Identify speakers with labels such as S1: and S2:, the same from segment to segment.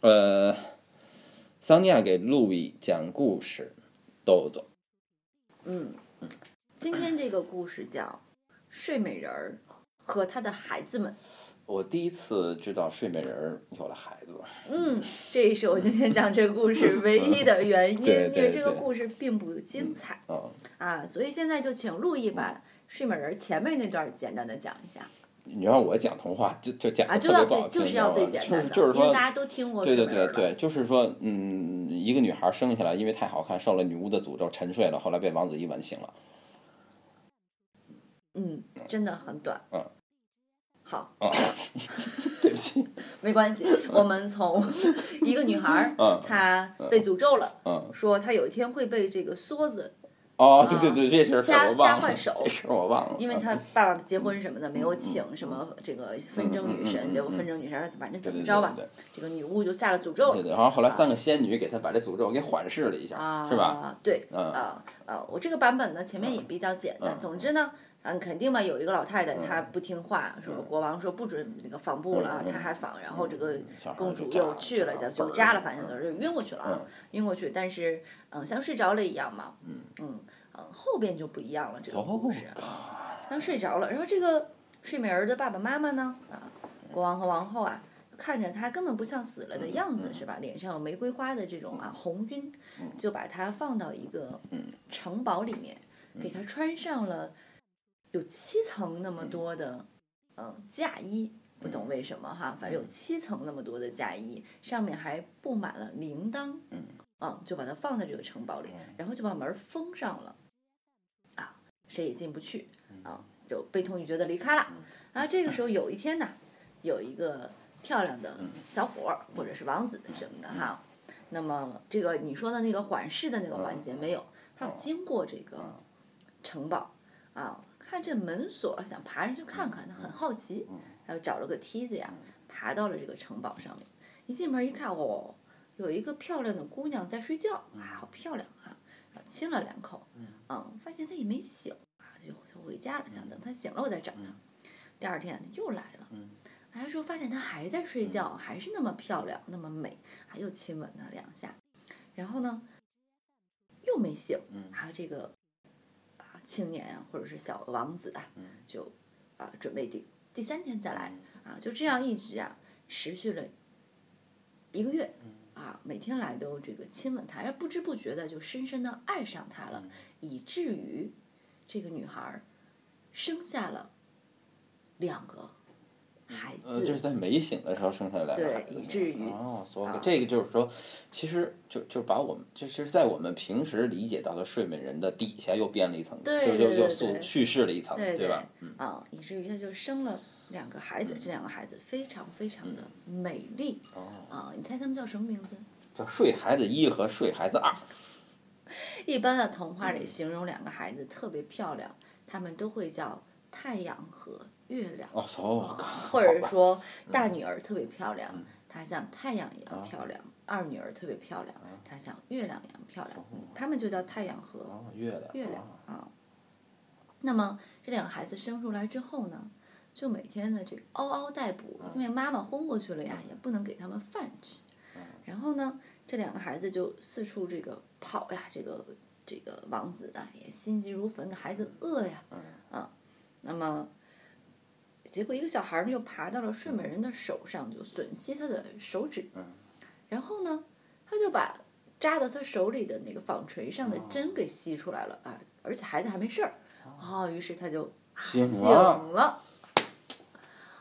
S1: 呃，桑尼亚给路易讲故事，豆豆。
S2: 嗯，今天这个故事叫《睡美人儿和她的孩子们》。
S1: 我第一次知道睡美人儿有了孩子，
S2: 嗯，这是我今天讲这 故事唯一的原因，
S1: 对对
S2: 因为这个
S1: 对
S2: 故事并不精彩、
S1: 嗯，
S2: 啊，所以现在就请陆毅把睡美人儿前面那段儿简单的讲一下
S1: 你让我讲童话就就讲得
S2: 啊，就
S1: 特别
S2: 要
S1: 不嗯好
S2: 最
S1: 听，
S2: 就是要最简单的，
S1: 就是就是
S2: 因为
S1: 说
S2: 大家都听过
S1: 对
S2: 睡
S1: 对
S2: 美人
S1: 对
S2: 儿了
S1: 对，就是说，嗯，一个女孩生下来，因为太好看，受了女巫的诅咒，沉睡了，后来被王子一吻醒了。
S2: 嗯，真的很短，
S1: 嗯，
S2: 好，
S1: 啊，对不起，
S2: 没关 系，我们从一个女孩儿，
S1: 嗯
S2: 她被诅咒了，
S1: 嗯，
S2: 说她有一天会被这个梭子，
S1: 哦，对对
S2: 啊
S1: 对，这事儿
S2: 扎
S1: 我忘
S2: 扎坏
S1: 了，
S2: 手
S1: 这事儿我忘了，
S2: 因为她爸爸结婚什么的没有请什么这个纷争女
S1: 嗯嗯嗯嗯
S2: 神，
S1: 嗯
S2: 结果纷争女神反正
S1: 对
S2: 怎
S1: 对
S2: 么
S1: 对
S2: 着吧，
S1: 对
S2: 这个女巫就下了诅咒
S1: 对
S2: 了
S1: 对，然后后来三个仙女给他把这诅咒给缓释了一下，
S2: 啊，
S1: 是吧？？
S2: 对，
S1: 嗯
S2: 啊啊，我这个版本呢前面也比较简单，
S1: 嗯
S2: 总之呢。嗯，肯定嘛，有一个老太太
S1: 嗯
S2: 她不听话，说
S1: 嗯
S2: 国王说不准那个纺布了，
S1: 嗯嗯
S2: 她还纺，然后这个
S1: 小孩
S2: 公
S1: 就
S2: 主
S1: 扎
S2: 又去了，就就扎了，反正
S1: 嗯
S2: 就是晕过去了啊
S1: 嗯，
S2: 晕过去。但是，嗯，像睡着了一样嘛，
S1: 嗯
S2: 嗯嗯，后边就不一样了，这个
S1: 走后
S2: 故
S1: 步
S2: 事像睡着了。然后这个睡美人的爸爸妈妈呢，啊，国王和王后啊，看着她根本不像死了的样子，
S1: 嗯
S2: 是吧？脸上有玫瑰花的这种啊红晕，就把她放到一个
S1: 嗯
S2: 城堡里面，给她穿上了有七层那么多的，嗯，嫁衣。不懂为什么哈，反正有七层那么多的嫁衣，上面还布满了铃铛，
S1: 嗯
S2: 啊，就把它放在这个城堡里，然后就把门封上了，啊，谁也进不去，啊，就悲痛欲绝的离开了。啊，这个时候有一天呢，有一个漂亮的小伙儿或者是王子什么的哈，那么这个你说的那个缓释的那个环节没有，他要经过这个城堡，啊，看这门锁，想爬上去看看，他很好奇，
S1: 嗯
S2: 他就找了个梯子呀，爬到了这个城堡上面。一进门一看，哦，有一个漂亮的姑娘在睡觉，啊，好漂亮啊！然后亲了两口，嗯，发现她也没醒，啊，就就回家了，想等她醒了我再找她。第二天又来
S1: 嗯
S2: 了，来的时候发现她还在睡觉，还是那么漂亮，那么美，啊，又亲吻她两下，然后呢，又没醒，
S1: 嗯
S2: 啊，这个啊青年啊，或者是小王子啊，
S1: 嗯
S2: 就啊准备第第三天再来，啊，就这样一直啊持续了一个月，
S1: 嗯
S2: 啊，每天来都这个亲吻她，然后不知不觉的就深深的爱上她
S1: 嗯
S2: 了，以至于这个女孩儿生下了两个孩
S1: 呃，就是
S2: 子，
S1: 在没醒的时候生下来的
S2: 对
S1: 孩子
S2: 以至于
S1: 哦，所以
S2: 啊
S1: 这个就是说，其实就就把我们就是在我们平时理解到的睡美人的底下又编了一层，
S2: 对
S1: 就
S2: 对
S1: 又又
S2: 对对
S1: 塑叙事了一层，
S2: 对
S1: 吧？嗯
S2: 啊，以至于她就生了两个孩子，这两个孩子非常非常的
S1: 嗯
S2: 美丽，
S1: 哦，
S2: 啊，你猜他们叫什么名字？
S1: 叫睡孩子一和睡孩子二，
S2: 一般的童
S1: 嗯
S2: 话里形容两个孩子特别漂亮，他们都会叫太阳和月亮，
S1: 哦，所以我靠，
S2: 或者
S1: 好吧嗯
S2: 说大女儿特别漂亮，她像太阳一
S1: 啊
S2: 样漂亮；二女儿特别漂亮，她像月亮一样漂亮。他们就叫太阳和
S1: 哦，月亮，
S2: 月亮
S1: 哦
S2: 啊。那么这两个孩子生出来之后呢，就每天的这个嗷嗷待哺，因为妈妈昏过去了呀，也不能给他们饭吃。然后呢，这两个孩子就四处这个跑呀，这个这个王子啊也心急如焚，孩子饿呀，啊，那么。结果一个小孩儿呢，就爬到了睡美人的手上，就吮吸她的手指，然后呢，他就把扎到他手里的那个纺锤上
S1: 哦
S2: 的针给吸出来了啊，而且孩子还没事儿，啊，于是他就
S1: 醒
S2: 醒
S1: 哦了，
S2: 了。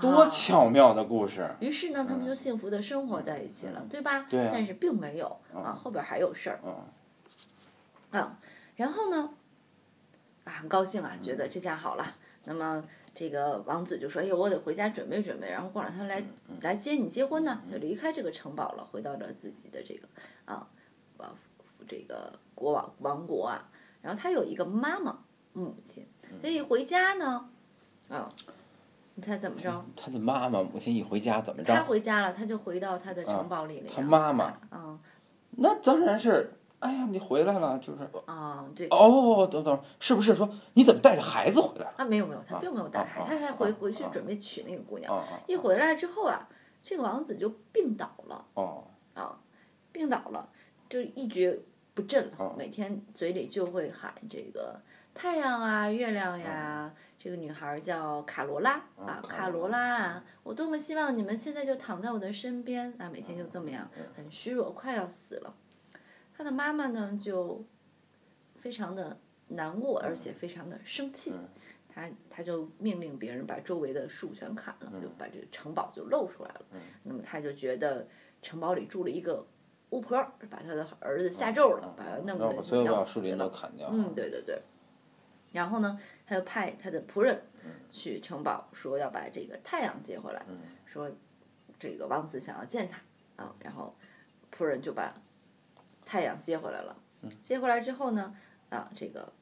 S1: 多
S2: 啊
S1: 巧妙的故事，
S2: 于是呢，他们就幸福的生活在一起了，对吧？
S1: 嗯对啊
S2: 但是并没有啊，后边还有事儿。
S1: 嗯
S2: 啊，然后呢，啊，很高兴啊，觉得这下好了。那么这个王子就说：“哎呦，我得回家准备准备，然后过两天来
S1: 嗯
S2: 来接你结婚呢。”就离开这个城堡了，回到了自己的这个啊，啊，这个国王王国啊。然后他有一个妈妈母亲，
S1: 嗯
S2: 所以回家呢，啊，你猜怎么着？
S1: 他的妈妈母亲一回家怎么
S2: 他
S1: 着？
S2: 回家了，他就回到他的城堡里了
S1: 啊
S2: 呀。
S1: 他妈妈，
S2: 嗯
S1: 那当然是，哎呀，你回来了，就是
S2: 啊，对，
S1: 哦，等等，是不是说你怎么带着孩子回来了？
S2: 啊，没有没有，他并没有带
S1: 啊
S2: 孩
S1: 啊
S2: 子，他还回
S1: 啊
S2: 回去
S1: 啊
S2: 准备娶那个姑娘。
S1: 哦
S2: 啊一回来之后啊，这个王子就病倒了
S1: 哦
S2: 病倒了，就一蹶不振了
S1: 哦，
S2: 每天嘴里就会喊这个太阳啊、月亮呀。这个女孩儿叫卡罗拉
S1: 哦
S2: 啊，
S1: 卡
S2: 卡
S1: 罗
S2: 罗拉啊，我多么希望你们现在就躺在我的身边啊！每天就这么样，
S1: 哦
S2: 很虚弱，快要死了。她的妈妈呢，就非常的难过，而
S1: 嗯
S2: 且非常的生气。他他就命令别人把周围的树全砍了，
S1: 嗯
S2: 就把这个城堡就露出来了。那么他就觉得城堡里住了一个巫婆，把他的
S1: 嗯
S2: 儿子下咒了，把他弄
S1: 要
S2: 得
S1: 把所有
S2: 要
S1: 把
S2: 死
S1: 树林都
S2: 了。
S1: 砍掉。啊
S2: 嗯，对对对。然后呢，他就派他的仆人
S1: 嗯
S2: 去城堡，说要把这个太阳接回来，说这个王子想要见他啊。然后仆人就把太阳接回来了。接回来之后呢，啊，这个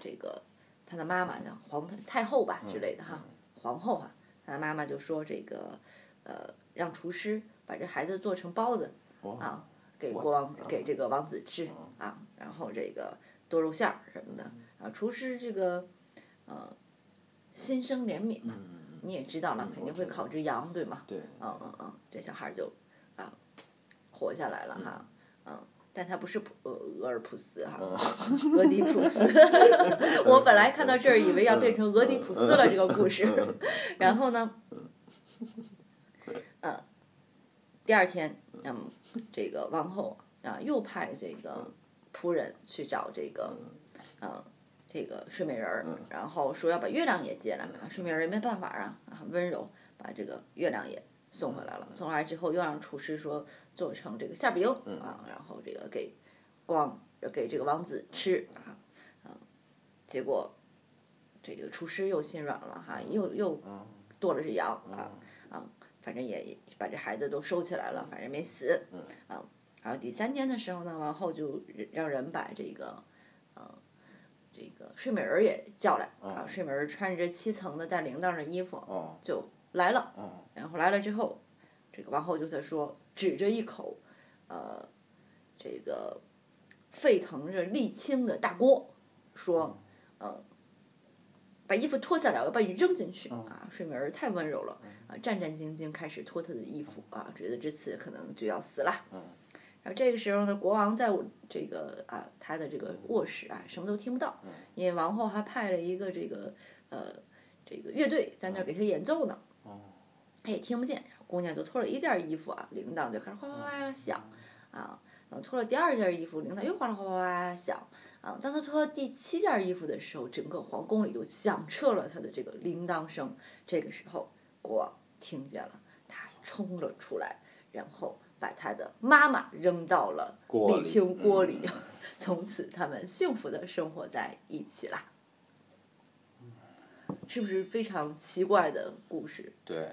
S2: 这个他的妈妈叫皇太太后吧
S1: 嗯
S2: 之类的哈，皇后哈、他的妈妈就说这个呃，让厨师把这孩子做成包子啊，给国王给这个王子吃
S1: 嗯
S2: 啊，然后这个多肉馅儿什么的啊，厨师这个呃心生怜悯
S1: 嗯
S2: 嘛，你也知道了，肯定
S1: 知
S2: 会
S1: 道
S2: 烤只羊对吗？
S1: 对，
S2: 嗯嗯嗯，这小孩儿就啊活下来了哈，嗯，但他不是普呃俄尔普斯哈，俄狄浦斯。我本来看到这儿以为要变成俄狄浦斯了这个故事，然后呢，呃，第二天，嗯，这个王后啊又派这个仆人去找这个，呃。这个睡美人儿，然后说要把月亮也接来，啊睡美人儿也没办法啊，啊温柔把这个月亮也送回来了。送回来之后，又让厨师说做成这个馅儿饼啊，然后这个给光给这个王子吃啊，啊，结果这个厨师又心软了哈，又又剁了只羊啊啊，反正也也把这孩子都收起来了，反正没死啊。然后第三天的时候呢，王后就让人把这个。呃这个睡美人儿也叫来啊，睡美人儿穿着七层的带铃铛的衣服，
S1: 哦，
S2: 就来了。
S1: 哦
S2: 然后来了之后，这个王后就在说，指着一口，呃，这个沸腾着沥青的大锅，说，呃，把衣服脱下来，我要把你扔进去啊！睡美人太温柔了啊，战战兢兢开始脱她的衣服啊，觉得这次可能就要死了。然后这个时候呢，国王在我这个啊他的这个卧室啊，什么都听不到，因为王后还派了一个这个呃这个乐队在那儿给他演奏呢。他也哎听不见。姑娘就脱了一件衣服啊，铃铛就开始哗哗
S1: 嗯
S2: 哗啦响，啊，然后脱了第二件衣服，铃铛又哗啦哗啦哗啦响，啊，当她脱到第七件衣服的时候，整个皇宫里就响彻了她的这个铃铛声。这个时候，国王听见了，他冲了出来，然后把他的妈妈扔到了
S1: 锅
S2: 沥
S1: 里嗯
S2: 青锅里， 从此他们幸福的生活在一起啦。是不是非常奇怪的故事？
S1: 对，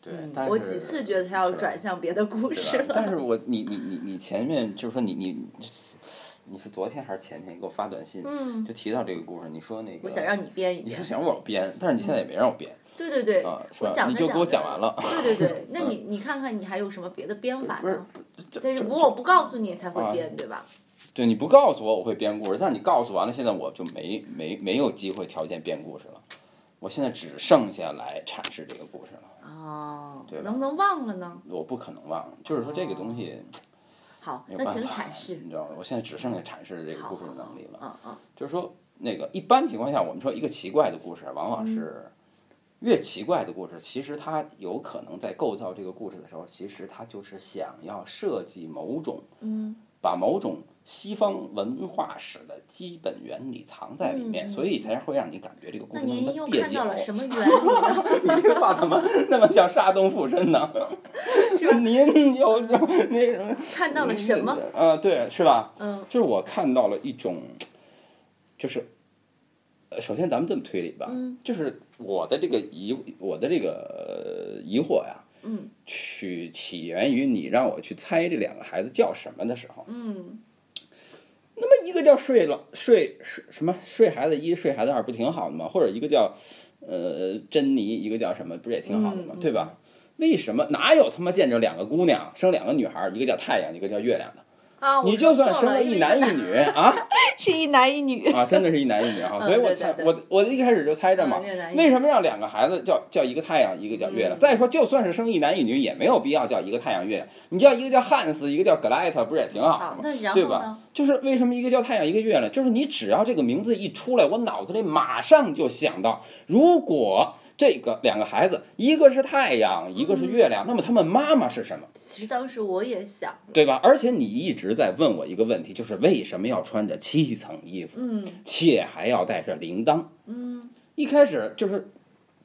S1: 对
S2: 嗯，
S1: 但
S2: 我
S1: 是
S2: 几次觉得他要
S1: 是吧
S2: 转向别的故事
S1: 对吧
S2: 了。
S1: 但是我你你你你前面就是说你你你是昨天还是前天给我发短信，
S2: 嗯，
S1: 就提到这个故事，你说那个
S2: 我想让你编一
S1: 你
S2: 编
S1: 是。想让我编，但是你现在也没让我编
S2: 对对对，
S1: 啊，是
S2: 我
S1: 吧？
S2: 讲
S1: 你
S2: 着
S1: 就给我
S2: 讲
S1: 讲完
S2: 着
S1: 了，
S2: 对 对对，那你你看看你还有什么别的编法
S1: 不是
S2: 呢？，
S1: 这
S2: 但是
S1: 这
S2: 不过我不告诉你才
S1: 啊
S2: 会编，对吧？
S1: 对你不告诉我，我会编故事，但你告诉完了，现在我就没没没有机会条件编故事了，我现在只剩下来阐释这个故事了，
S2: 哦
S1: 对，吧
S2: 能不能忘了呢？
S1: 我不可能忘，就是说这个东西
S2: 好，
S1: 没有
S2: 哦那
S1: 办
S2: 请
S1: 法
S2: 阐，释。
S1: 你知道吗？我现在只剩下阐释这个
S2: 好
S1: 故事
S2: 好
S1: 的
S2: 好
S1: 能力了，
S2: 嗯嗯，
S1: 就是说那个一般情况下，我们说一个奇怪的故事，往往是。
S2: 嗯
S1: 越奇怪的故事，其实它有可能在构造这个故事的时候，其实它就是想要设计某种
S2: 嗯
S1: 把某种西方文化史的基本原理藏在里面，
S2: 嗯嗯
S1: 所以才会让你感觉这个故
S2: 那
S1: 事那么
S2: 您又
S1: 的蹩
S2: 看到了
S1: 脚。
S2: 什么原理呢？
S1: 你这 话怎么那么像沙东附身呢？您又又那什么？
S2: 看到了什 么？？
S1: 呃，对，是吧？
S2: 嗯
S1: 就是我看到了一种，就是，呃，首先咱们这么推理吧，
S2: 嗯
S1: 就是我的这个疑，我的这个呃疑惑呀，
S2: 嗯
S1: 取起源于你让我去猜这两个孩子叫什么的时候。
S2: 嗯
S1: 那一个叫睡老睡睡什么睡孩子一睡孩子二不挺好的吗？或者一个叫呃珍妮，一个叫什么不是也挺好的吗？
S2: 嗯嗯
S1: 对吧？为什么哪有他妈见着两个姑娘生两个女孩儿，一个叫太阳，一个叫月亮的？
S2: 啊，我
S1: 你就
S2: 说
S1: 算
S2: 错
S1: 生
S2: 了
S1: 了
S2: 因
S1: 一
S2: 为
S1: 男一女啊
S3: 是一男一女，
S1: 啊，真的是一男一女啊，
S2: 嗯
S1: 所以我
S2: 对
S1: 才
S2: 对对
S1: 我我一开始就猜着嘛
S2: 嗯越南，一嗯
S1: 为什么让两个孩子叫叫一个太阳，一个叫月亮？再说，就算是生一男一女，也没有必要叫一个太阳月亮，你叫一个叫汉斯，一个叫格莱特，不是也挺好的
S2: 好
S1: 吗，？
S2: 啊那然
S1: 对
S2: 后
S1: 吧
S2: 呢？
S1: 就是为什么一个叫太阳，一个月亮？就是你只要这个名字一出来，我脑子里马上就想到，如果这个两个孩子，一个是太阳，一个是月亮，那么他们妈妈是什么，
S2: 其实当时我也想，
S1: 对吧？而且你一直在问我一个问题，就是为什么要穿着七层衣服，
S2: 嗯
S1: 且还要带着铃铛？
S2: 嗯
S1: 一开始就是。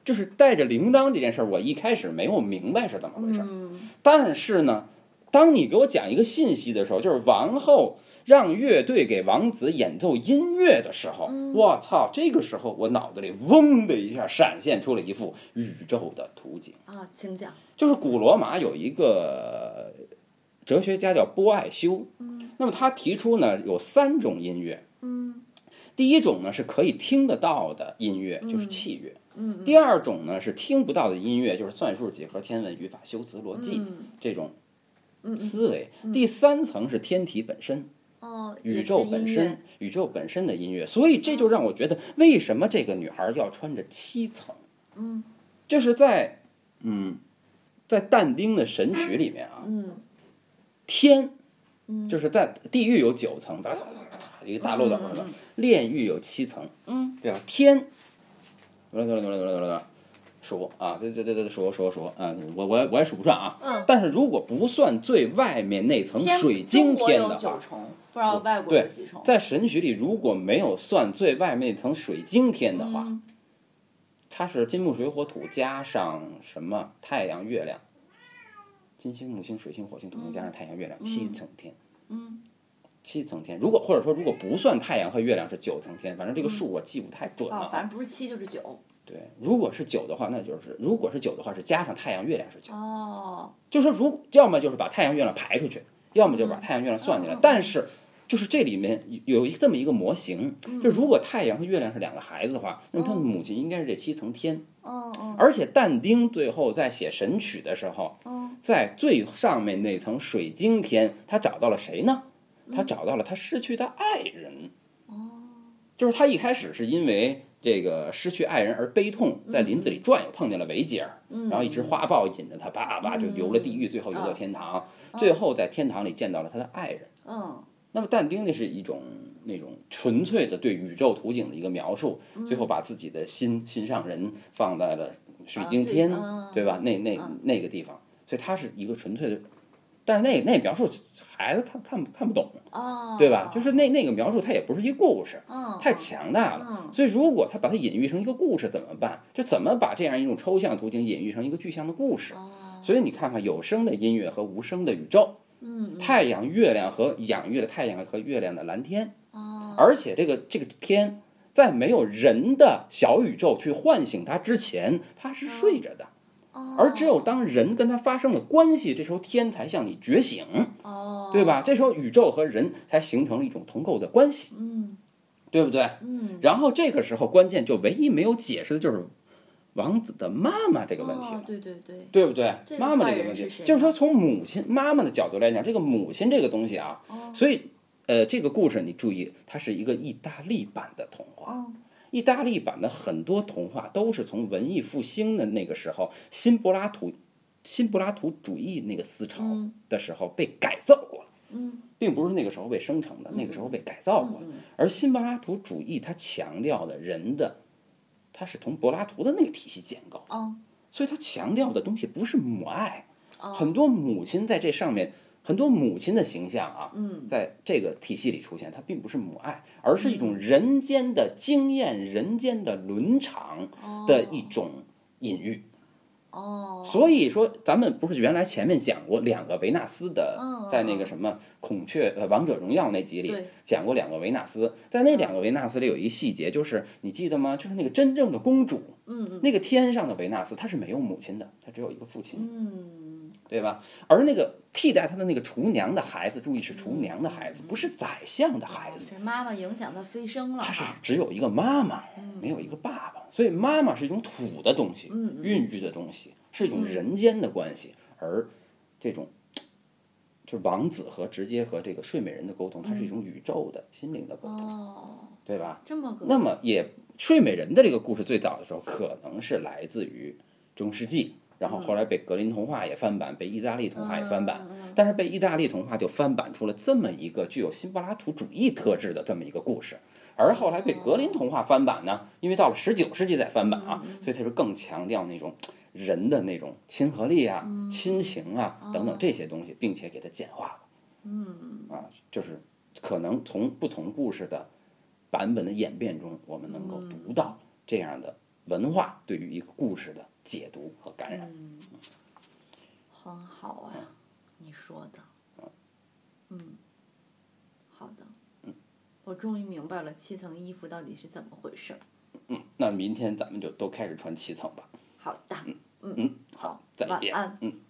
S1: 就是带着铃铛这件事儿，我一开始没有明白是怎么回事儿。
S2: 嗯，
S1: 但是呢，当你给我讲一个信息的时候，就是王后让乐队给王子演奏音乐的时候，
S2: 嗯
S1: 我操！这个时候我脑子里嗡的一下闪现出了一幅宇宙的图景，
S2: 啊，请讲，
S1: 就是古罗马有一个哲学家叫波爱修，那么他提出呢有三种音乐，
S2: 嗯
S1: 第一种呢是可以听得到的音乐，就是
S2: 嗯
S1: 器乐；
S2: 嗯
S1: 第二种呢是听不到的音乐，就是算术、几何、天文、语法、修辞、逻辑。
S2: 嗯
S1: 这种
S2: 嗯嗯，
S1: 思维。第三层是天体本身，
S2: 哦，也
S1: 宇
S2: 是
S1: 宙
S2: 音
S1: 本
S2: 乐
S1: 身，宇宙本身的音乐。所以这就让我觉得，为什么这个女孩要穿着七层？
S2: 嗯，
S1: 就是在嗯，在但丁的《神曲》里面啊，
S2: 嗯
S1: 天
S2: 嗯，
S1: 就是在地狱有九层，哒哒哒哒哒一个大漏斗
S2: 嗯
S1: 似的
S2: 嗯；
S1: 炼狱有七层，
S2: 嗯，
S1: 对吧？天，得了得了得了得了得了，数啊，对对对对，数数数，嗯，我我我也数不上啊。
S2: 嗯
S1: 但是如果不算最外面那层
S2: 天
S1: 水晶
S2: 中国
S1: 天
S2: 有
S1: 的
S2: 九
S1: 话，
S2: 重，不知道外国
S1: 对
S2: 有几重，。
S1: 在神曲里如果没有算最外面那层水晶天的话，
S2: 嗯
S1: 它是金木水火土加上什么太阳月亮，金星木星水星火星土星加上太阳月亮、七层天。
S2: 嗯
S1: 七层天，如果或者说如果不算太阳和月亮是九层天，反正这
S2: 嗯
S1: 个数我记不太准了
S2: 哦，
S1: 啊。
S2: 反正不是七就是九。
S1: 对，如果是九的话，那就是如果是九的话是加上太阳月亮是九，
S2: 哦，
S1: 就说如要么就是把太阳月亮排出去，要么就把太阳月亮算进来。
S2: 嗯嗯嗯
S1: 但是就是这里面有一这么一个模型，
S2: 嗯
S1: 就如果太阳和月亮是两个孩子的话，那么他的母亲应该是这七层天。
S2: 嗯嗯
S1: 而且但丁最后在写《神曲》的时候，
S2: 嗯
S1: 在最上面那层水晶天，他找到了谁呢？
S2: 嗯
S1: 他找到了他失去的爱人。
S2: 哦
S1: 就是他一开始是因为这个失去爱人而悲痛，在林子里转悠，碰见了维吉尔，
S2: 嗯，
S1: 然后一只花豹引着他，叭叭就游了地狱，最后游
S2: 啊
S1: 到天堂，最后在天堂里见到了他的爱人。
S2: 嗯
S1: 那么但丁那是一种那种纯粹的对宇宙图景的一个描述，
S2: 嗯
S1: 最后把自己的心心上人放在了水晶天，
S2: 啊最
S1: 对吧？那那、
S2: 嗯
S1: 那个地方，所以他是一个纯粹的，但是那那描述孩子看看不看不懂，
S2: 哦，
S1: 对吧？就是那那个描述它也不是一故事，
S2: 嗯
S1: 太强大了。嗯所以如果他把它隐喻成一个故事怎么办？就怎么把这样一种抽象图景隐喻成一个具象的故事？
S2: 哦，
S1: 所以你看看有声的音乐和无声的宇宙，
S2: 嗯
S1: 太阳、月亮和养育了太阳和月亮的蓝天，
S2: 哦
S1: 而且这个这个天在没有人的小宇宙去唤醒它之前，它是睡着的，
S2: 哦
S1: 而只有当人跟它发生了关系，这时候天才向你觉醒，
S2: 哦，
S1: 对吧？这时候宇宙和人才形成了一种同构的关系，
S2: 嗯
S1: 对不对？
S2: 嗯
S1: 然后这个时候关键就唯一没有解释的就是王子的妈妈这个问题了
S2: 哦，。对对对，
S1: 对不对
S2: 这？个
S1: 妈妈
S2: 坏
S1: 这个
S2: 人
S1: 问题
S2: 是谁，
S1: 就是说从母亲妈妈的角度来讲，这个母亲这个东西啊，
S2: 哦
S1: 所以呃，这个故事你注意，它是一个意大利版的童话。
S2: 哦
S1: 意大利版的很多童话都是从文艺复兴的那个时候，新柏拉图新柏拉图主义那个思潮
S2: 嗯
S1: 的时候被改造过了。
S2: 嗯
S1: 并不是那个时候被生成的，那个时候被改造过的。而新柏拉图主义它强调的人的，它是从柏拉图的那个体系建构的。
S2: 哦
S1: 所以他强调的东西不是母爱，
S2: 哦
S1: 很多母亲在这上面，很多母亲的形象啊，在这个体系里出现，它并不是母爱，而是一种人间的经验、人间的伦常的一种隐喻。
S2: 哦，
S1: 所以说，咱们不是原来前面讲过两个维纳斯的
S2: 嗯，
S1: 在那个什么孔雀呃王者荣耀那集里
S2: 对嗯
S1: 讲过两个维纳斯，在那两个维纳斯里有一细节，就是你记得吗？就是那个真正的公主，
S2: 嗯
S1: 那个天上的维纳斯，她是没有母亲的，她只有一个父亲，
S2: 嗯
S1: 对吧？而那个替代她的那个厨娘的孩子，注意是厨娘的孩子，不是宰相的孩
S2: 嗯，
S1: 子，
S2: 这妈妈影响她飞升了啊，
S1: 她是只有一个妈妈，没有一个爸爸，所以妈妈是一种土的东西，
S2: 嗯嗯嗯
S1: 孕育的东西，是一种人间的关系，而这种就是王子和直接和这个睡美人的沟通，它是一种宇宙的心灵的沟通，
S2: 哦，
S1: 对吧？
S2: 这么个
S1: 那么也睡美人的这个故事最早的时候可能是来自于中世纪，然后后来被格林童话也翻版，被意大利童话也翻版，
S2: 嗯嗯嗯
S1: 但是被意大利童话就翻版出了这么一个具有新柏拉图主义特质的这么一个故事。而后来被格林童话翻版呢，因为到了十九世纪再翻版啊，所以它就更强调那种人的那种亲和力啊、亲情啊等等这些东西，并且给它简化了。嗯，啊，就是可能从不同故事的版本的演变中，我们能够读到这样的文化对于一个故事的解读和感
S2: 嗯
S1: 染。
S2: 很好啊，你说的，嗯，好的，
S1: 嗯
S2: 我终于明白了七层衣服到底是怎么回事儿。
S1: 嗯，那明天咱们就都开始穿七层吧。
S2: 好的，
S1: 嗯，好，再
S2: 晚
S1: 见。
S2: 安
S1: 嗯，